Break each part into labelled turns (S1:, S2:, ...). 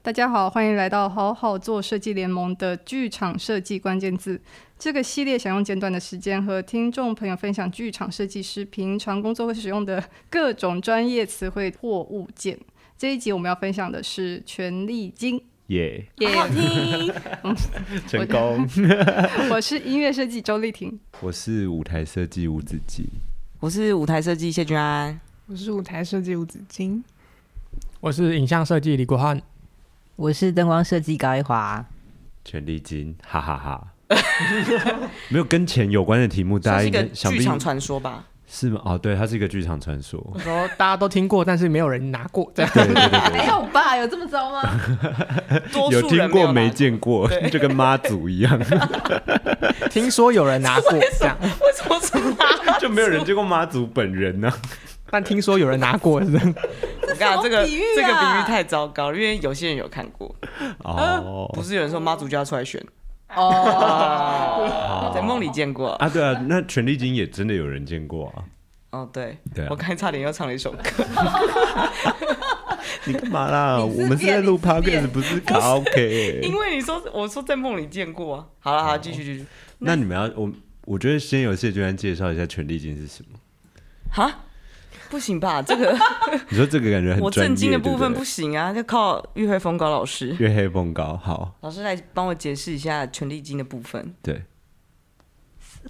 S1: 大家好，欢迎来到好好做设计联盟的剧场设计关键字。这个系列想用简短的时间和听众朋友分享剧场设计师平常工作会使用的各种专业词汇或物件。这一集我们要分享的是权力金。
S2: 耶、
S1: 耶、
S3: 好听，
S2: 成功！
S1: 我是音乐设计周丽婷。
S2: 我是舞台设计吴子吉，
S3: 我是舞台设计谢君安，
S4: 我是舞台设计吴子金，
S5: 我是影像设计李国汉，
S6: 我是灯光设计高一华，
S2: 权力金，哈哈 哈没有跟钱有关的题目，大家
S3: 算是一
S2: 应
S3: 个
S2: 该想必
S3: 剧场传说吧。
S2: 是吗？哦，对，它是一个剧场传说。
S5: 我说大家都听过，但是没有人拿过，这样
S2: 对对对对对，
S1: 有吧？有这么糟吗？
S3: 多
S2: 有
S3: 数
S2: 听
S3: 人
S2: 过
S3: 没
S2: 没
S3: 有拿
S2: 见过，就跟妈祖一 样，
S5: 听说有人拿过，这样，
S3: 为什么是 他？
S2: 就没有人见过妈祖本人呢、
S5: 但听说有人拿过，这样。
S3: 我讲
S1: 什么
S3: 这个
S1: 比喻啊
S3: 这个比喻太糟糕了，因为有些人有看过，啊
S2: 哦，
S3: 不是有人说妈祖就要出来选
S1: 哦，
S3: 啊，在梦里见过。
S2: 啊，对啊，那权力金也真的有人见过啊。
S3: 哦，对
S2: 对啊，
S3: 我刚才差点要唱了一首歌，
S2: 你干嘛 啦？
S1: 你自
S2: 我们是在
S1: 便
S2: 录
S1: 你自
S2: podcast，
S1: 便
S2: 不是卡拉 OK。
S3: 因 为你说我说在梦里见过啊。好了，好
S2: 哦
S3: 了，继续继续。
S2: 那你们要我，我觉得先由谢君安介绍一下权力金是什么。
S3: 哈，不行吧？这个
S2: 你说这个感觉很
S3: 我
S2: 专业，
S3: 震惊的部分
S2: 对
S3: 不
S2: 对
S3: 行啊，就靠玉慧峰高老师。
S2: 月黑风高，好，
S3: 老师来帮我解释一下权力金的部分。
S2: 对，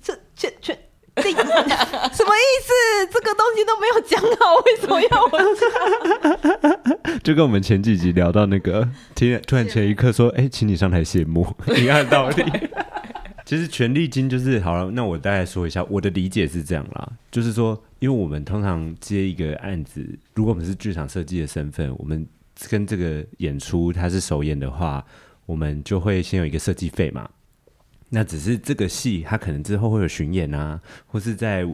S6: 这这这这什么意思？这个东西都没有讲好，为什么要 我？
S2: 就跟我们前几集聊到那个，突然突然前一刻说，哎、请你上台谢幕，一样的道理。 其实权力金就是好了，那我大概说一下我的理解是这样啦，就是说，因为我们通常接一个案子，如果我们是剧场设计的身份，我们跟这个演出它是首演的话，我们就会先有一个设计费嘛。那只是这个戏，它可能之后会有巡演啊，或是在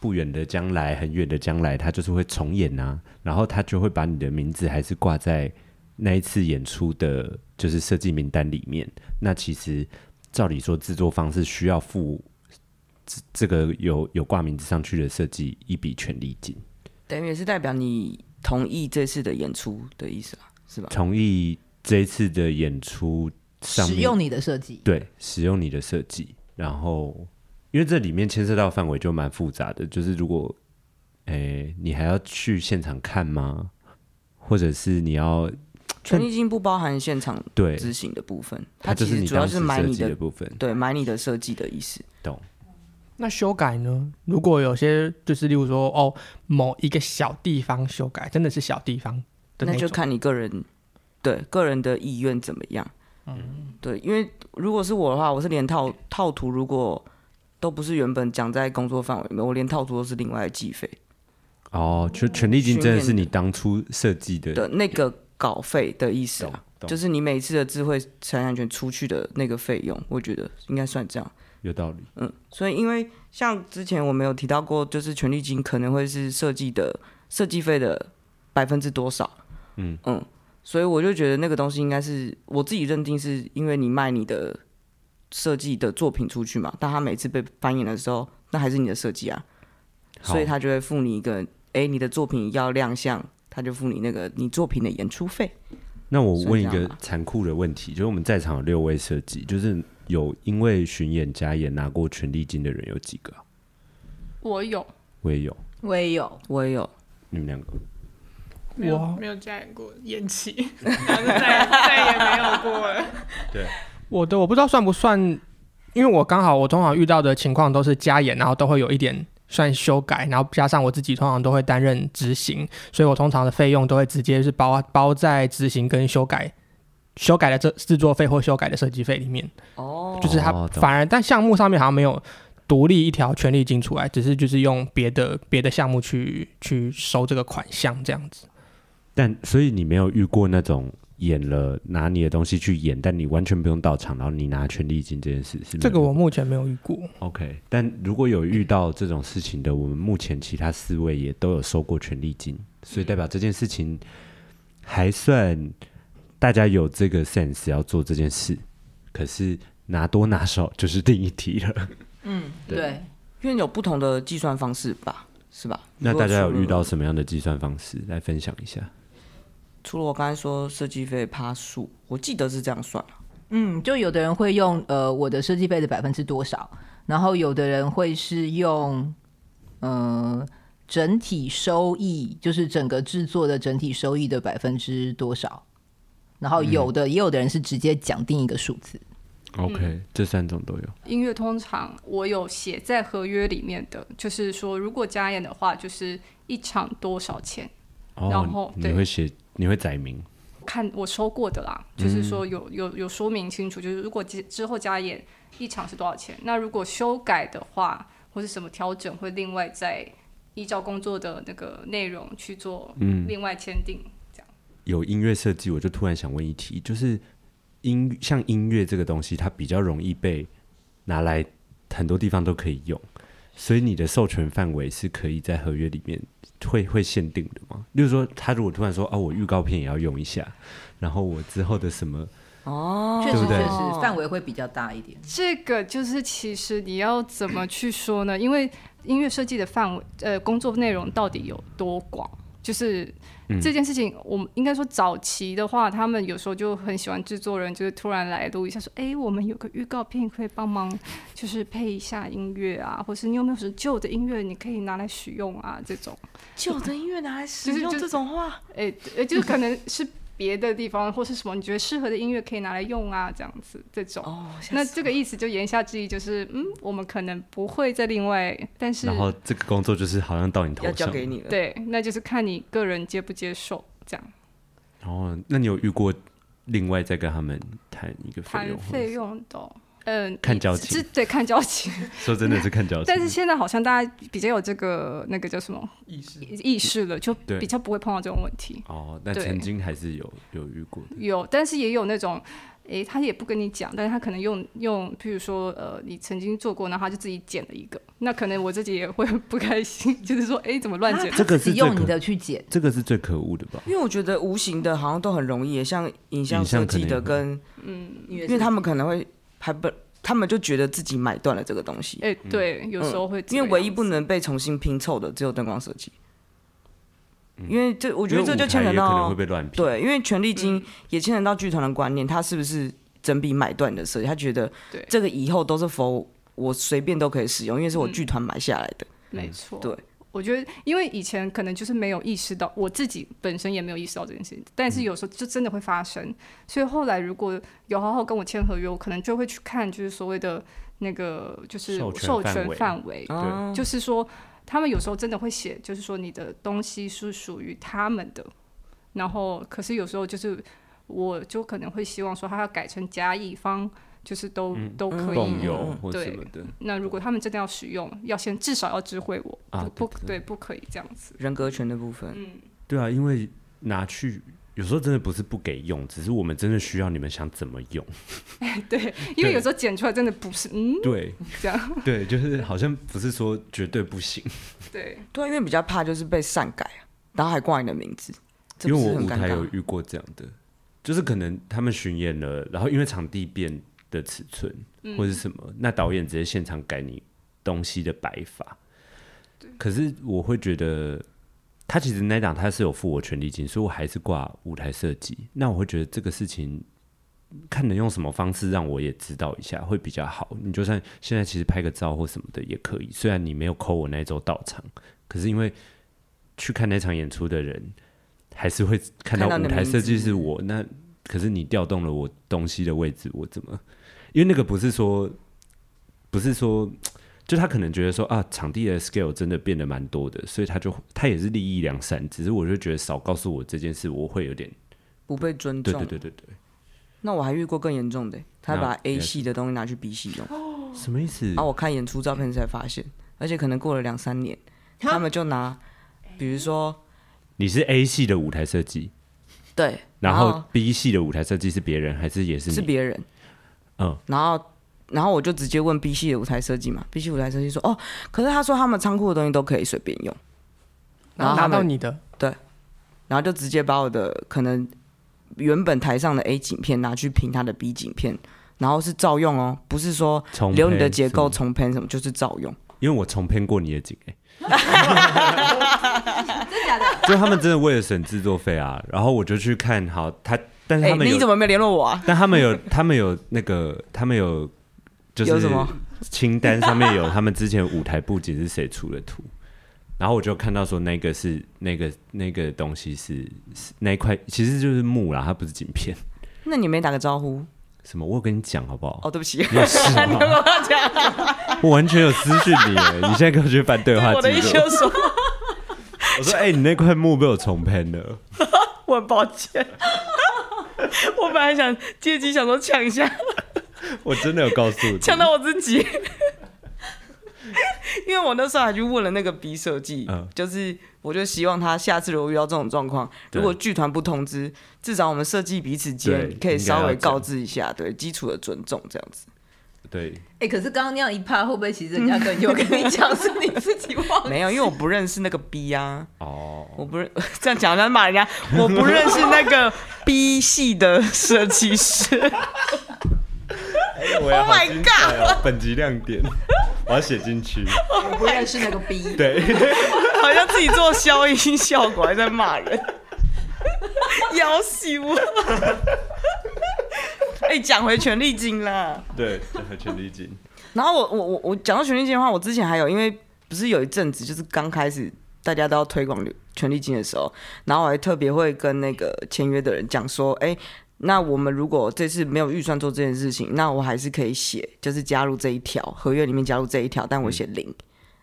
S2: 不远的将来、很远的将来，它就是会重演啊，然后它就会把你的名字还是挂在那一次演出的，就是设计名单里面。那其实照理说，制作方是需要付这这个有有挂名字上去的设计一笔权利金，
S3: 等于也是代表你同意这次的演出的意思啊，是吧？
S2: 同意这一次的演出上
S6: 使
S2: 面
S6: 用你的设计，
S2: 对，使用你的设计，然后因为这里面牵涉到范围就蛮复杂的，就是如果，诶、你还要去现场看吗？或者是你要
S3: 权利金不包含现场
S2: 对，
S3: 执行的部分，
S2: 它就
S3: 其
S2: 是
S3: 实
S2: 你
S3: 主要
S2: 当时
S3: 是买
S2: 设
S3: 你
S2: 计的
S3: 的，
S2: 部分，
S3: 对，买你的设计的意思。
S2: 懂？
S5: 那修改呢？如果有些就是，例如说，哦，某一个小地方修改，真的是小地方的
S3: 那
S5: 种
S3: 就看你个人，对个人的意愿怎么样。嗯，对，因为如果是我的话，我是连套套图，如果都不是原本讲在工作范围里面，我连套图都是另外计费
S2: 哦，就权利金真的是
S3: 训练的
S2: 你当初设计的，
S3: 的那个稿费的意思
S2: 懂
S3: 啊，
S2: 懂，
S3: 就是你每次的智慧财产权出去的那个费用，我觉得应该算这样。
S2: 有道理，
S3: 嗯，所以因为像之前我们有提到过，就是权利金可能会是设计的设计费的百分之多少，
S2: 嗯
S3: 嗯，所以我就觉得那个东西应该是我自己认定是因为你卖你的设计的作品出去嘛，但他每次被翻译的时候，那还是你的设计啊，
S2: 好
S3: 所以他就会付你一个，哎、你的作品要亮相，他就付你那个你作品的演出费。
S2: 那我
S3: 算
S2: 问一
S3: 这样
S2: 个
S3: 吧
S2: 残酷的问题，就是我们在场有六位设计，就是有因为巡演加演拿过权利金的人有几个啊？
S1: 我有，
S2: 我也有，
S6: 我也有，
S3: 我也有，
S2: 你们两个
S4: 没有
S5: 哇
S4: 没有加演过延期， 然后就再再也没有过了。
S5: 我的我不知道算不算，因为我刚好我通常遇到的情况都是加演，然后都会有一点算修改，然后加上我自己通常都会担任执行，所以我通常的费用都会直接是包包在执行跟修改。修改的这制作费或修改的设计费里面，
S3: 哦
S5: 就是它
S2: 懂
S5: 反而但项目上面好像没有独立一条权利金出来，只是就是用别的别的项目去去收这个款项这样子。
S2: 但所以你没有遇过那种演了拿你的东西去演，但你完全不用到场，然后你拿权利金这件事是没有
S5: 这个我目前没有遇过。
S2: OK。但如果有遇到这种事情的，我们目前其他四位也都有收过权利金，所以代表这件事情还算大家有这个 sense 要做这件事，可是拿多拿少就是另一题 了。对
S6: 对，
S3: 因为有不同的计算方式吧，是吧？
S2: 那
S3: 如果
S2: 大家有
S3: 除了
S2: 遇到什么样的计算方式来分享一下？
S3: 除了我刚才说设计费趴数，我记得是这样算。啊
S6: 嗯，就有的人会用呃我的设计费的百分之多少，然后有的人会是用呃整体收益，就是整个制作的整体收益的百分之多少，然后
S2: 嗯
S6: 有的、也有的人是直接讲定一个数字。
S1: 嗯
S2: OK，、这三种都有。
S1: 音乐通常我有写在合约里面的，就是说如果加演的话，就是一场多少钱，
S2: 哦，
S1: 然后
S2: 你
S1: 对
S2: 会写，你会载明。
S1: 看我收过的啦，就是说有有有说明清楚，就是如果之之后加演一场是多少钱，那如果修改的话或是什么调整，会另外再依照工作的那个内容去做另外签订。
S2: 有音乐设计，我就突然想问一题，就是音像音乐这个东西，它比较容易被拿来很多地方都可以用，所以你的授权范围是可以在合约里面会会限定的吗？例如说，他如果突然说哦，我预告片也要用一下，然后我之后的什么，
S3: 哦，
S6: 确实
S2: 对不对
S6: 确实范围会比较大一点。
S1: 这个就是其实你要怎么去说呢？因为音乐设计的范围，呃，工作内容到底有多广？就是这件事情，我们应该说早期的话，他们有时候就很喜欢制作人，就是突然来录一下，说：“哎，我们有个预告片，可以帮忙就是配一下音乐啊，或是你有没有什么旧的音乐，你可以拿来使用啊？”这种，
S3: 旧的音乐拿来使
S1: 就是
S3: 用
S1: 就
S3: 这种话，
S1: 哎，呃就是可能是别的地方或是什么，你觉得适合的音乐可以拿来用啊，这样子，这种。
S3: 哦，吓
S1: 那
S3: 死
S1: 这个意思就言下之意就是，嗯，我们可能不会再另外，但是
S2: 然后这个工作就是好像到你头
S3: 要交
S2: 上。
S3: 给你了。
S1: 对，那就是看你个人接不接受这样
S2: 哦，那你有遇过另外再跟他们谈一个费
S1: 谈
S2: 用？
S1: 费用的哦。嗯，
S2: 看交情
S1: 这对看交 情，
S2: 说真的是看交情，
S1: 但是现在好像大家比较有这个那个叫什么
S5: 意识
S1: 意识了，就
S2: 对
S1: 比较不会碰到这种问题。
S2: 哦，那
S1: 对
S2: 曾经还是有有遇过的。
S1: 有，但是也有那种，诶，他也不跟你讲，但是他可能用用，譬如说，呃，你曾经做过，然后他就自己剪了一个，那可能我自己也会不开心， 就是说，诶，怎么
S3: 啊
S1: 乱剪？
S2: 这个
S6: 自
S2: 是最
S6: 己用
S2: 可
S6: 你的去剪，
S2: 这个是最可恶的吧？
S3: 因为我觉得无形的好像都很容易耶，像影像
S2: 影像
S3: 设计的
S2: 可能
S3: 跟，
S6: 因
S3: 因为他们可能会还不，他们就觉得自己买断了这个东西，
S1: 诶，对，有时候会这
S3: 嗯因
S1: 样子、
S3: 为唯一不能被重新拼凑的只有灯光设计。
S2: 嗯
S3: 因为这，我
S2: 我
S3: 觉得这就牵扯
S2: 可能
S3: 到
S2: 会被乱评。
S3: 对，因为权利金
S1: 嗯
S3: 也牵扯到剧团的观念，他是不是整笔买断的设计？他觉得
S1: 对
S3: 这个以后都是否我随便都可以使用，因为是我
S1: 嗯
S3: 剧团买下来的。
S1: 没错，
S3: 嗯对，
S1: 我觉得因为以前可能就是没有意识到，我自己本身也没有意识到这件事情，但
S3: 嗯
S1: 是有时候就真的会发生，所以后来如果有好好跟我签合约，我可能就会去看就是所谓的那个就是
S2: 授权
S1: 授
S2: 范
S1: 权
S2: 围
S1: 范围，
S3: 哦
S1: 就是说他们有时候真的会写，就是说你的东西是属于他们的，然后可是有时候就是我就可能会希望说他要改成甲乙方，就是都、都可以
S2: 共有
S3: 嗯
S2: 或
S1: 对
S2: 什么的，
S1: 那如果他们真的要使用，要先至少要知会我，
S2: 啊
S1: 不
S2: 对
S1: 不对，不可以这样子。
S3: 人格权的部分，
S2: 对啊，因为拿去有时候真的不是不给用，只是我们真的需要你们想怎么用。
S1: 对， 因为
S2: 对
S1: 有时候剪出来真的不是，嗯，
S2: 对，
S1: 这样
S2: 对，就是好像不是说绝对不行，
S1: 对，
S3: 对啊，因为比较怕就是被擅改啊，然后还挂你的名字，这
S2: 因为
S3: 不
S2: 我
S3: 是很
S2: 舞
S3: 尴
S2: 台有
S3: 尬？
S2: 遇过这样的，就是可能他们巡演了，然后因为场地变的尺寸
S3: 嗯
S2: 或是什么，那导演直接现场改你东西的摆法。可是我会觉得，他其实那一档他是有付我权利金，所以我还是挂舞台设计。那我会觉得这个事情。看能用什么方式让我也知道一下会比较好。你就算现在其实拍个照或什么的也可以，虽然你没有扣我那一周到场，可是因为去看那场演出的人还是会看到
S3: 看到你
S2: 舞
S3: 的
S2: 台设计
S3: 名字
S2: 是我，那可是你调动了我东西的位置，我怎么？因为那个不是说，不是说，就他可能觉得说啊，场地的 scale 真的变得蛮多的，所以他就他也是利益良善，只是我就觉得少告诉我这件事，我会有点
S3: 不被尊
S2: 对
S3: 重。
S2: 对对对对，
S3: 那我还遇过更严重的，他
S2: 那
S3: 把 A
S2: 也
S3: 系的东西拿去 B 系用，
S2: 什么意思
S3: 然？后我看演出照片才发现，而且可能过了两三年，他们就拿，比如说
S2: 你是 A 系的舞台设计，
S3: 对，
S2: 然后 B 系的舞台设计是别人还是也是你？
S3: 哦是别人，
S2: 嗯，
S3: 然后然后我就直接问 B 系的舞台设计嘛，B 系舞台设计说哦，可是他说他们仓库的东西都可以随便用，
S5: 然后
S3: 然后他
S5: 拿
S3: 们
S5: 到你的，
S3: 然后就直接把我的可能原本台上的 A 景片拿去拼它的 B 景片，然后是照用哦，不是说
S2: 重
S3: 留你
S2: 配
S3: 的结构
S2: 是吗
S3: 重喷什么，就是照用。
S2: 因为我重编过你的景、 欸，
S6: 真假的？
S2: 就他们真的为了省制作费啊，然后我就去看好他，但是
S3: 哎、
S2: 他们有
S3: 你怎么没联络我啊？
S2: 但他们有， 他们有那个，他们有，就是
S3: 有什么
S2: 清单上面有他们之前舞台布景是谁出的图，然后我就看到说那个是那个那个东西是是那一块其实就是木啦，它不是景片。
S3: 那你没打个招呼？
S2: 什么？我有跟你讲好不好？
S3: 哦，对不 起，
S2: 你有事吗？我完全有私讯你 耶，你现在给我去翻对话记
S3: 我的意思就
S2: 录。
S3: 是说，
S2: 我说，哎、你那块木被我重喷了。
S4: 我很抱 歉，我本来想借机想说抢一下，
S2: 我真的有告 诉你，
S4: 呛到我自己。
S3: 因为我那时候还去问了那个 B 设计，
S2: 嗯
S3: 就是我就希望他下次如果遇到这种状况，
S2: 对
S3: 如果剧团不通知，至少我们设计彼此
S2: 对
S3: 间可以
S2: 应该要
S3: 稍微
S2: 讲
S3: 告知一下，对基础的尊重这样子。
S2: 对，
S6: 哎、可是刚刚那样一怕，会不会其实人家跟有跟你讲是你自己忘了？
S3: 没有，因为我不认识那个 B 啊，
S2: 哦，
S3: 我不认 这样讲，好像骂人家，我不认识那个 B 系的设计师。
S2: 哎我要
S3: Oh my
S2: god！本哦集亮点，我要写进去。
S6: 我不认识那个 B，
S2: 对，
S3: 好像自己做消音效果，还在骂 人，咬死我！哎、讲回权力金啦。
S2: 对，和权力金。
S3: 然后我我我我讲到权力金的话，我之前还有，因为不是有一阵子就是刚开始大家都要推广权力金的时候，然后我还特别会跟那个签约的人讲说，哎、那我们如果这次没有预算做这件事情，那我还是可以写，就是加入这一条合约里面加入这一条，但我写零，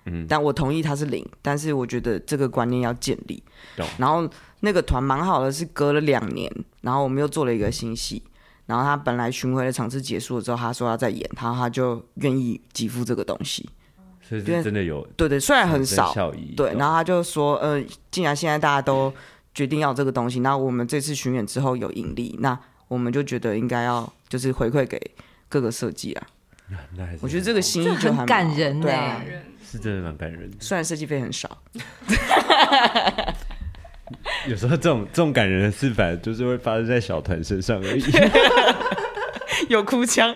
S2: 嗯
S3: 但我同意它是零，但是我觉得这个观念要建立
S2: 懂。
S3: 然后那个团蛮好的，是隔了两年，然后我们又做了一个新戏，然后他本来巡回的场次结束了之后，他说要再演，然后他就愿意给付这个东西。
S2: 所以
S3: 对
S2: 是真的有
S3: 对对，虽然很
S2: 产生
S3: 少，
S2: 效益。哦
S3: 对，然
S2: 后
S3: 后他就说，呃，既然现在大家都决定要这个东西，那我们这次巡演之后有盈利，那我们就觉得应该要就是回馈给各个设计啊。我觉得这个心意
S6: 这
S3: 就还
S6: 很
S3: 蛮
S6: 感
S3: 好
S6: 人呢、
S3: 对啊，
S2: 是真的蛮感人的。
S3: 虽然设计费很少，
S2: 有时候这种这种感人的事，反而就是会发生在小团身上而已。
S3: 啊有哭腔，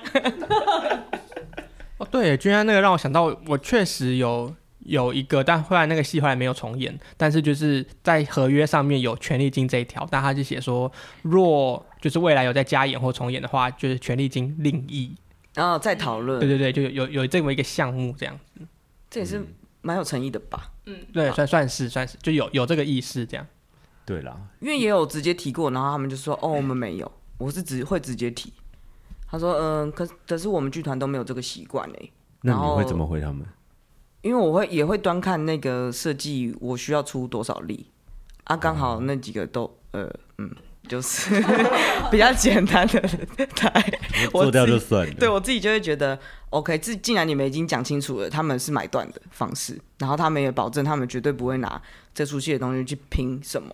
S5: 哦，对，君安那个让我想到，我确实有有一个，但后来那个戏后来没有重演，但是就是在合约上面有权利金这一条，但他就写说，若就是未来有在加演或重演的话，就是权利金另议。
S3: 然后再讨
S5: 对
S3: 论，
S5: 对对，就有有有这么一个项目这样，啊
S3: 这也是蛮有诚意的吧？
S5: 对，算算是算是就有有这个意识这样。
S2: 对啦，
S3: 因为也有直接提过，然后他们就说，哦，我们没有，我是只会直接提。他说，嗯、可可是我们剧团都没有这个习惯哎，
S2: 那
S3: 然
S2: 你
S3: 后
S2: 会怎么回他们？
S3: 因为我会也会端看那个设计，我需要出多少力啊？刚好那几个都呃嗯，就是 比较简单的台，我
S2: 做掉
S3: 自
S2: 就
S3: 己
S2: 算了。
S3: 对我自己就会觉得 OK。这既然你们已经讲清楚了，他们是买断的方式，然后他们也保证他们绝对不会拿这出戏的东西去拼什么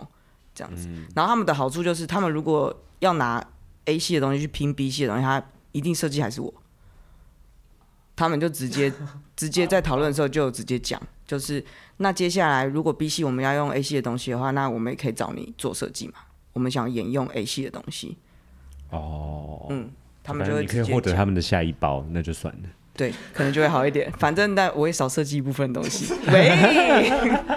S3: 这样子。
S2: 嗯
S3: 然后他们的好处就是，他们如果要拿 A 系的东西去拼 B 系的东西，他一定设计还是我。他们就 直接直接在讨论的时候就直接讲，就是那接下来如果 B 系我们要用 A 系的东西的话，那我们也可以找你做设计嘛。我们想沿用 A 系的东西，
S2: 哦，
S3: 嗯，他们
S2: 反正
S3: 就会
S2: 你可
S3: 直
S2: 以
S3: 接
S2: 获得
S3: 讲
S2: 他们的下一包，那就 算了。
S3: 对，可能就会好一点。反正但我也少设计一部分东西。喂，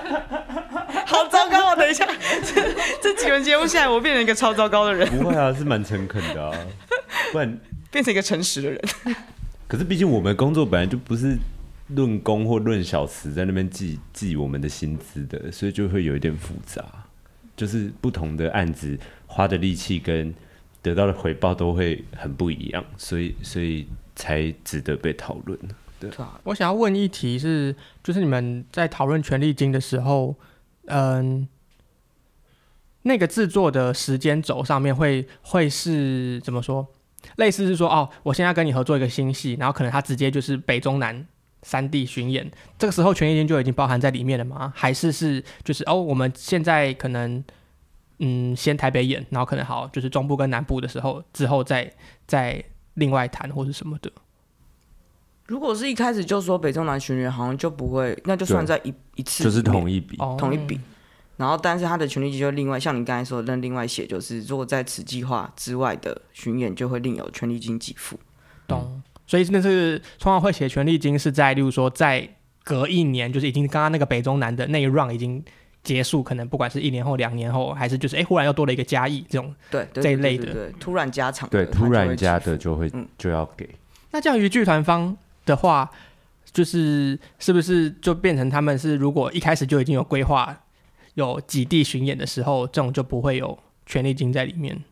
S3: 好糟糕哦！等一下， 这这几轮节目下来，我变成一个超糟糕的人，
S2: 不会啊，是蛮诚恳的啊。不然，
S3: 变成一个诚实的人。
S2: 可是毕竟我们工作本来就不是论功或论小时在那边记记我们的薪资的，所以就会有一点复杂。就是不同的案子花的力气跟得到的回报都会很不一样，所以所以才值得被讨论。
S3: 啊
S5: 我想要问一题是，就是你们在讨论权利金的时候，嗯，那个制作的时间轴上面会会是怎么说？类似是说，哦，我现在跟你合作一个新戏，然后可能它直接就是北中南三地巡演，这个时候权利金就已经包含在里面了吗？还是是就是哦，我们现在可能嗯先台北演，然后可能好就是中部跟南部的时候之后再再另外谈或是什么的？
S3: 如果是一开始就说北中南巡演，好像就不会，那就算在一一次
S2: 就是
S3: 里面
S2: 同一笔，
S5: 哦，
S3: 同一笔。然后，但是他的权利金就另外，像你刚才说的，那另外写就是，如果在此计划之外的巡演，就会另有权利金给付。
S5: 懂。所以真的是通常会写权利金是在，例如说在隔一年，就是已经刚刚那个北中南的那一 round 已经结束，可能不管是一年后、两年后，还是就是哎、忽然又多了一个加亿这种。
S3: 对，对
S5: 这一
S3: 对
S5: 类
S3: 对
S5: 的
S3: 对，突然加长
S2: 对，
S3: 的
S2: 突然加
S3: 他就会
S2: 的
S3: 给
S2: 就会
S3: 付嗯
S2: 就要给。
S5: 那这样于剧团方的话，就是是不是就变成他们是如果一开始就已经有规划有几地巡演的时候，这种就不会有权利金在里面？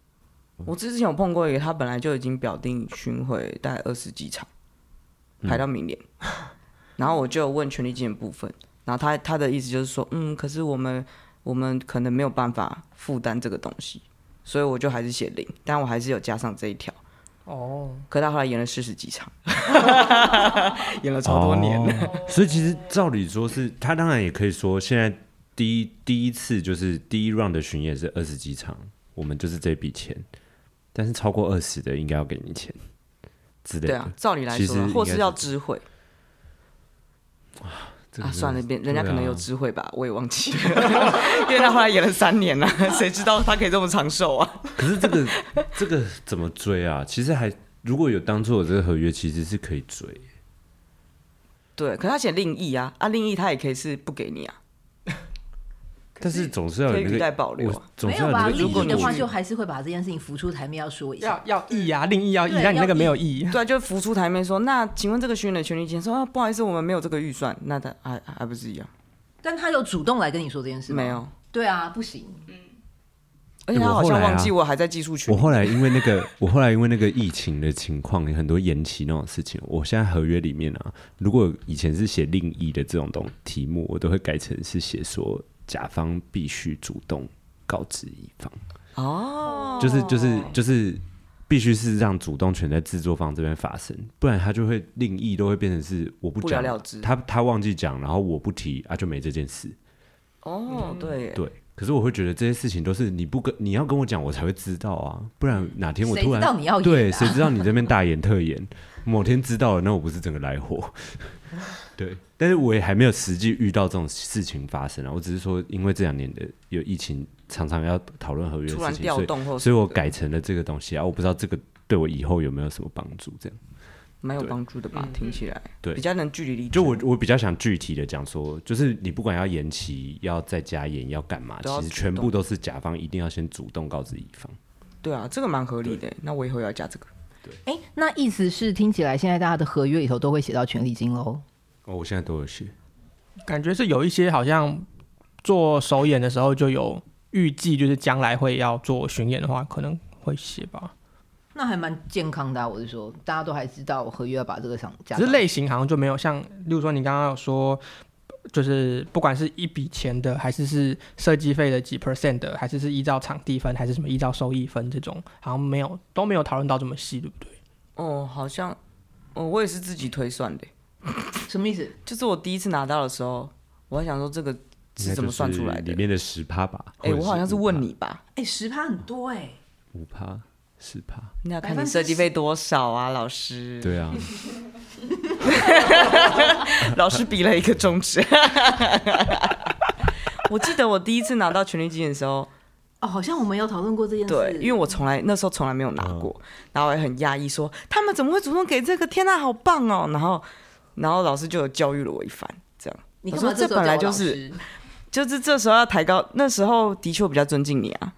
S3: 我之前有碰过一个，他本来就已经表定巡回大概二十几场，
S2: 嗯
S3: 排到明年。 然后我就有问权利金的部分，然后他他的意思就是说，嗯，可是我们我们可能没有办法负担这个东西，所以我就还是写零，但我还是有加上这一条。
S5: 哦，
S3: 可他后来演了四十几场，演了超多年。
S2: 哦所以其实照理说是，他当然也可以说，现在第一第一次就是第一 round 的巡演是二十几场，我们就是这笔钱，但是超过二十的应该要给你钱之类
S3: 对
S2: 的。
S3: 啊，照理来
S2: 其
S3: 说
S2: 实
S3: 啊，
S2: 应
S3: 或
S2: 该
S3: 是
S2: 是
S3: 要知会
S2: 这个
S3: 啊，
S2: 真的
S3: 算了，别人家
S2: 对啊
S3: 可能有知会吧，我也忘记了， 因为他后来演了三年了、谁知道他可以这么长寿啊？
S2: 可是这个这个怎么追啊？其实还如果有当初有这个合约，其实是可以追。
S3: 对，可他写另一啊，啊另一他也可以是不给你啊，
S2: 但是总是要
S3: 可
S2: 有
S3: 以
S2: 那
S3: 语
S2: 个
S3: 带保留
S2: 我
S3: 啊。
S2: 总
S6: 没
S2: 是
S6: 有吧？
S2: 要有
S3: 如
S6: 利
S2: 那
S3: 果
S2: 个
S6: 益的
S3: 你
S6: 话，
S3: 去
S6: 就还是会把这件事情浮出台面要说一下。
S5: 要要意啊，另意要意，
S6: 对
S5: 但你那个
S6: 要
S5: 没有意。
S3: 对啊，就是浮出台面说，那请问这个巡演的权利金？说啊，不好意思，我们没有这个预算，那他还还不是一样？
S6: 但他有主动来跟你说这件事吗？
S3: 没。有，
S6: 对啊，不行。
S3: 而且他
S2: 我
S3: 好像
S2: 后来啊
S3: 忘记我还在技术群
S2: 我。后来因为那个， 我后来因为那个疫情的情况，有很多延期那种事情。我现在合约里面啊，如果以前是写另一的这种东题目，我都会改成是写说甲方必须主动告知乙方，
S3: 哦，
S2: 就是就是就是必须是让主动权在制作方这边发生，不然他就会另一都会变成是我不
S3: 不
S2: 讲
S3: 了了之
S2: 他他忘记讲，然后我不提啊，就没这件事。
S3: 哦，对耶，
S2: 嗯对，可是我会觉得这些事情都是你不跟你要跟我讲，我才会知道啊，不然哪天我
S6: 谁
S2: 突
S6: 知
S2: 然
S6: 道你要
S3: 哦
S6: 演
S2: 对，
S6: 啊
S2: 谁知道你这边大言特 言？某天知道了，那我不是整个来火？ 对，但是我也还没有实际遇到这种事情发生啊。我只是说，因为这两年的有疫情，常常要讨论合约的
S3: 突然
S2: 事情，
S3: 调
S2: 所以
S3: 动或
S2: 所以我
S3: 什么的
S2: 改成了这个东西啊。我不知道这个对我以后有没有什么帮助？这样，
S3: 蛮有
S2: 对嗯
S3: 帮助的吧？听起来
S2: 对
S3: 比较能距离离
S2: 就我我比较想具体的讲说，就是你不管要延期、要再加演、要干嘛，
S3: 都要
S2: 其实
S3: 主
S2: 全部
S3: 动
S2: 都是甲方一定要先主动告知乙方。
S3: 对啊，这个蛮合理的耶。那我以后也要加这个。
S6: 哎，那意思是听起来现在大家的合约里头都会写到权利金喽？
S2: 哦，我现在都有写。
S5: 感觉是有一些好像做首演的时候就有预计，就是将来会要做巡演的话，可能会写吧。
S6: 那还蛮健康的、啊，我是说，大家都还知道合约要把这个想加
S5: 只
S6: 上。
S5: 是类型好像就没有像，例如说你刚刚有说，就是不管是一笔钱的，还是是设计费的几 percent 的，还是是依照场地分，还是什么依照收益分这种，好像没有都没有讨论到这么细，对不对？
S3: 哦，好像，哦，我也是自己推算的耶。
S6: 什么意思？
S3: 就是我第一次拿到的时候，我还想说这个是怎么算出
S2: 应该
S3: 来
S2: 就是
S3: 的
S2: 里？面的十趴吧？
S3: 哎、我好像是问你吧，
S6: 哎，十趴很多哎、
S2: 五趴、十趴，
S3: 那要看你设计费多少啊，老师。
S2: 对啊，
S3: 老师比了一个中指。 我记得我第一次拿到权利金的时候，
S6: 哦，好像我们有讨论过这件事。
S3: 对，因为我从来那时候从来没有拿过，然后我也很压抑说，他们怎么会主动给这个？天呐、好棒哦！然后，然后老师就有教育了我一番，这样。
S6: 你
S3: 我
S6: 干
S3: 说
S6: 嘛
S3: 这
S6: 时候
S3: 本来
S6: 叫我
S3: 就
S6: 老
S3: 是
S6: 师
S3: 就是这时候要抬高，那时候的确我比较尊敬你啊。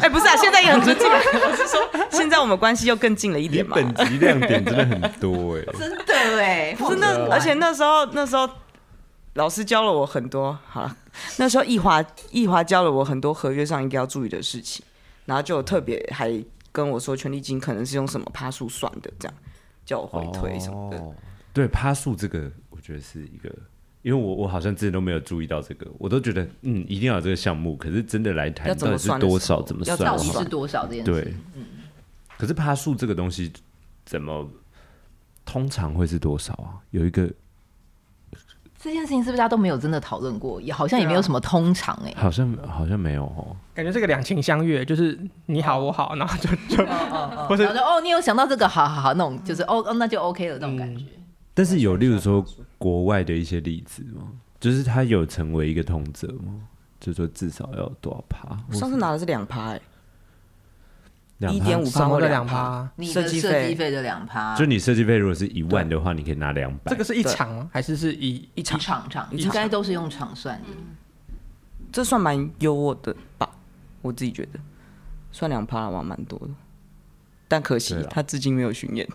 S3: 哎、不是啊，现在也很尊敬啊。 我是说，现在我们关系又更近了一
S2: 你
S3: 点嘛。
S2: 本集亮点真的很多哎、
S6: 真的哎、
S3: 不是那，而且那时候那时候老师教了我很多，好了，那时候易华易华教了我很多合约上应该要注意的事情，然后就有特别还跟我说权利金可能是用什么趴数算的，这样叫我回推什么的。
S2: 哦对，趴数这个，我觉得是一个，因为我我好像之前都没有注意到这个，我都觉得嗯，一定要有这个项目，可是真的来
S3: 要
S2: 谈
S3: 怎
S2: 到
S3: 么
S2: 底是
S3: 算的
S2: 多
S3: 时候
S2: 少，怎么
S3: 要
S2: 算，
S3: 怎
S6: 到
S3: 么
S2: 我
S6: 底
S2: 好
S6: 是
S3: 算
S6: 多少这件事？
S2: 对，
S3: 嗯
S2: 可是趴数这个东西怎么通常会是多少啊？有一个
S6: 这件事情是不是大家都没有真的讨论过？也好像也没有什么通常哎、
S2: 好像好像没有哦，
S5: 感觉这个两情相悦，就是你好我好，然后就就
S6: 哦
S5: 或是
S6: 然后就哦，你有想到这个，好好好，那种就是哦哦，那就 OK 了那种感觉。
S2: 但是有例如说国外的一些例子吗？就是它有成为一个通则吗？就说至少要多少趴？
S3: 我上次拿的是两趴，哎，
S2: 两趴
S3: 1.5
S5: 少了
S3: 两
S5: 两
S3: 趴
S5: 趴。
S6: 你的
S3: 设计
S6: 设计
S3: 费
S6: 费的两趴，
S2: 就你设计费如果是一万的话，你可以拿两百。
S5: 这个是一
S3: 对
S5: 场吗？还是是一
S3: 一
S6: 场
S3: 场，
S6: 场场
S5: 一
S6: 应该都是用场算的。
S3: 这算蛮优渥的吧？我自己觉得，算两趴的话蛮多的，但可惜
S2: 对啊啦
S3: 他至今没有巡演，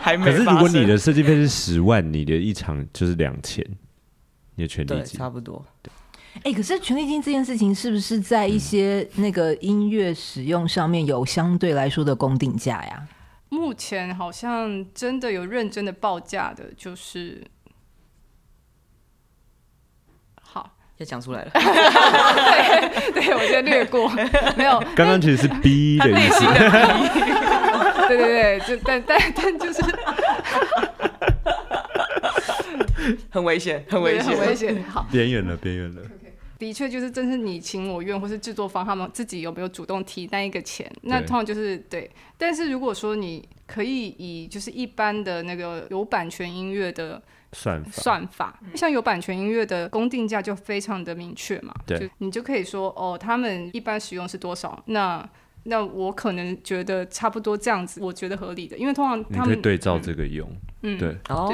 S3: 还没
S2: 可
S3: 发
S2: 是
S3: 生。
S2: 如果你的设计费是十万，你的一场就是两千，你的权利
S3: 对
S2: 金
S3: 差不多，
S6: 哎、可是权利金这件事情是不是在一些那个音乐使用上面有相对来说的公定价呀？
S1: 目前好像真的有认真的报价的，就是好，
S3: 要讲出来了。
S1: 对我先略过， 没有，
S2: 刚刚其实
S3: 哎
S2: 是 B 的意思，
S1: 对对对，就但但但就是
S3: 很危险，很
S1: 对
S3: 危
S1: 很危
S3: 险。
S1: 险，好。
S2: 边缘了，边缘了。
S1: 的确就是真是你情我愿，或是制作方他们自己有没有主动提那一个钱，那通常就是对。但是如果说你可以以就是一般的那个有版权音乐的
S2: 算法
S1: 算法，
S3: 嗯
S1: 像有版权音乐的公定价就非常的明确嘛，
S2: 对
S1: 就你就可以说哦，他们一般使用是多少，那那我可能觉得差不多这样子，我觉得合理的，因为通常
S2: 你
S1: 他
S2: 可以
S1: 们
S2: 对照这个用，
S1: 嗯
S2: 对，
S3: 哦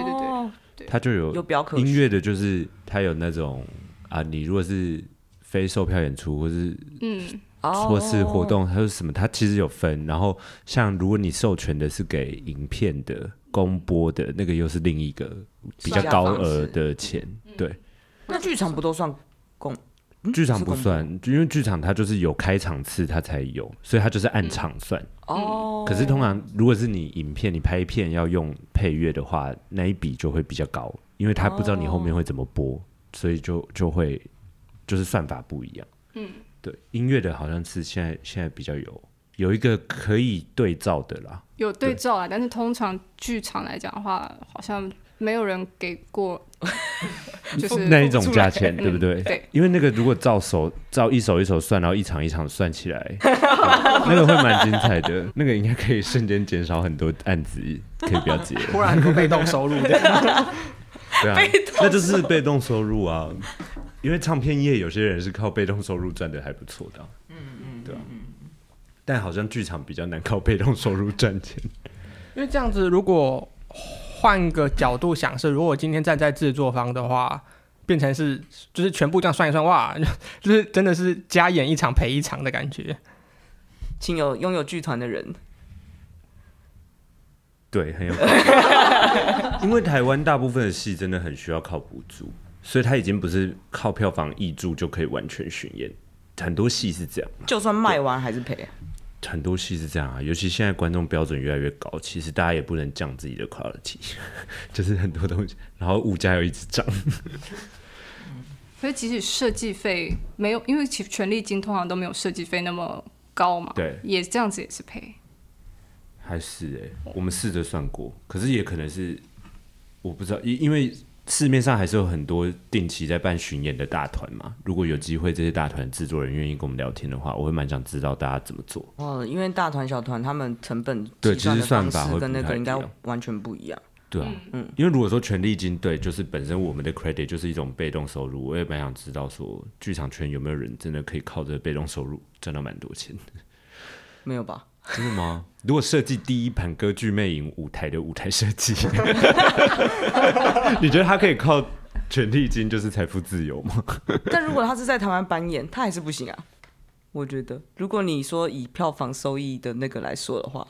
S1: 对对对
S2: 它就有
S3: 有表可
S2: 音乐的，就是它有那种啊，你如果是非售票演出或是
S1: 嗯
S3: 哦
S2: 或是活动还有什么，它其实有分。然后像如果你授权的是给影片的公播的那个，又是另一个比较
S3: 算
S2: 高
S3: 方式嗯
S2: 额的钱，对。
S3: 那剧场不都算共？嗯
S2: 剧场
S3: 是
S2: 不
S3: 共
S2: 算，因为剧场它就是有开场次，它才有，所以它就是按场算。
S3: 嗯哦。
S2: 可是通常如果是你影片、你拍片要用配乐的话，那一笔就会比较高，因为他不知道你后
S3: 哦
S2: 面会怎么播，所以就就会就是算法不一样。
S1: 嗯，
S2: 对，音乐的好像是现在现在比较有有一个可以对照的啦。
S1: 有对
S2: 对
S1: 照啊，但是通常剧场来讲的话，好像没有人给过， 就是
S2: 那一种价钱，对不嗯对？
S1: 对
S2: 因为那个如果照手照一手一手算，然后一场一场算起 来，对那个会蛮精彩的。那个应该可以瞬间减少很多案子，可以不要接了。
S5: 突然很多被动收入这样？
S2: 对啊，那就是被动收入啊。因为唱片业有些人是靠被动收入赚的还不错的啊、嗯嗯，对啊。但好像剧场比较难靠被动收入赚钱。
S5: 因为这样子，如果换个角度想是，如果今天站在制作方的话，变成是就是全部这样算一算，哇，就是真的是加演一场赔一场的感觉。
S3: 请有拥有剧团的人，
S2: 对，很有可能。因为台湾大部分的戏真的很需要靠补助，所以它已经不是靠票房挹注就可以完全巡演。很多戏是这样，
S3: 就算卖完还是赔。
S2: 很多戏是这样啊。尤其现在观众标准越来越高，其实大家也不能降自己的 quality，就是很多东西，然后物价又一直涨。
S1: 所以其实设计费没有，因为其权利金通常都没有设计费那么高嘛，
S2: 对
S1: 也这样子也是赔。
S2: 还是哎、我们试着算过，可是也可能是我不知道，因因为市面上还是有很多定期在办巡演的大团嘛。如果有机会，这些大团制作人愿意跟我们聊天的话，我会蛮想知道大家怎么做。
S3: 哦，因为大团小团他们成本
S2: 对
S3: 计算的
S2: 其实算
S3: 方
S2: 法
S3: 式
S2: 会
S3: 跟
S2: 不
S3: 那
S2: 太
S3: 个
S2: 一
S3: 应该
S2: 样
S3: 完全不一样。
S2: 对啊，嗯，因为如果说权利金，对，就是本身我们的 credit 就是一种被动收入，我也蛮想知道说剧场圈有没有人真的可以靠着被动收入赚到蛮多钱。
S3: 没 有吧？
S2: 真的吗？如果设计第一盘歌剧魅影舞台的舞台设计， 你觉得他可以靠权利金就是财富自由吗？
S3: 但如果他是在台湾扮演，他还是不行啊。我觉得，如果你说以票房收益的那个来说的话，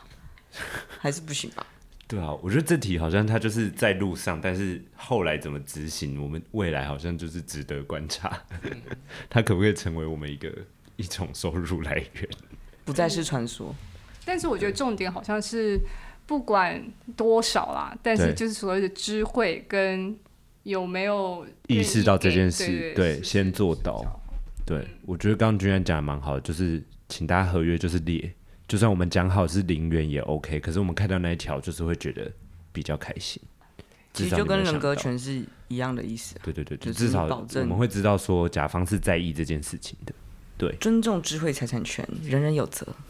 S3: 还是不行吧。
S2: 对啊，我觉得这题好像它就是在路上，但是后来怎么执行，我们未来好像就是值得观察，
S3: 嗯
S2: 它可不可以成为我们一个一种收入来源？
S3: 不再是传说，
S1: 但是我觉得重点好像是不管多少啦，但是
S2: 对
S1: 就是所谓的知会跟有没有
S2: 意识到这件事
S1: 愿意给
S2: 对
S1: 对，是
S2: 先
S1: 是
S2: 做
S1: 是
S2: 到
S1: 这样
S2: 对，我觉得刚刚君然讲的蛮好的，就是请大家合约就是列，就算我们讲好是零元也 OK，可是我们看到那一条就是会觉得比较开心。
S3: 其
S2: 至
S3: 实
S2: 少
S3: 就
S2: 你们
S3: 跟人
S2: 想
S3: 格
S2: 到，
S3: 权是一样的意思、啊。
S2: 对对对，
S3: 就
S2: 就是至少
S3: 保证
S2: 我们会知道说甲方是在意这件事情的。
S3: 尊重智慧财产权，人人有责。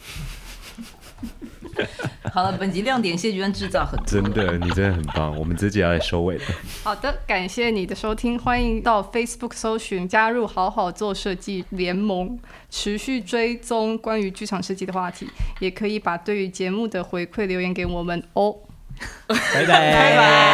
S6: 好了，本集亮点谢居然制造很多
S2: 真的，你真的很棒，我们自己要来收尾了。
S1: 好的，感谢你的收听，欢迎到 Facebook 搜寻加入“好好做设计联盟”，持续追踪关于剧场设计的话题，也可以把对于节目的回馈留言给我们哦。
S5: 拜拜。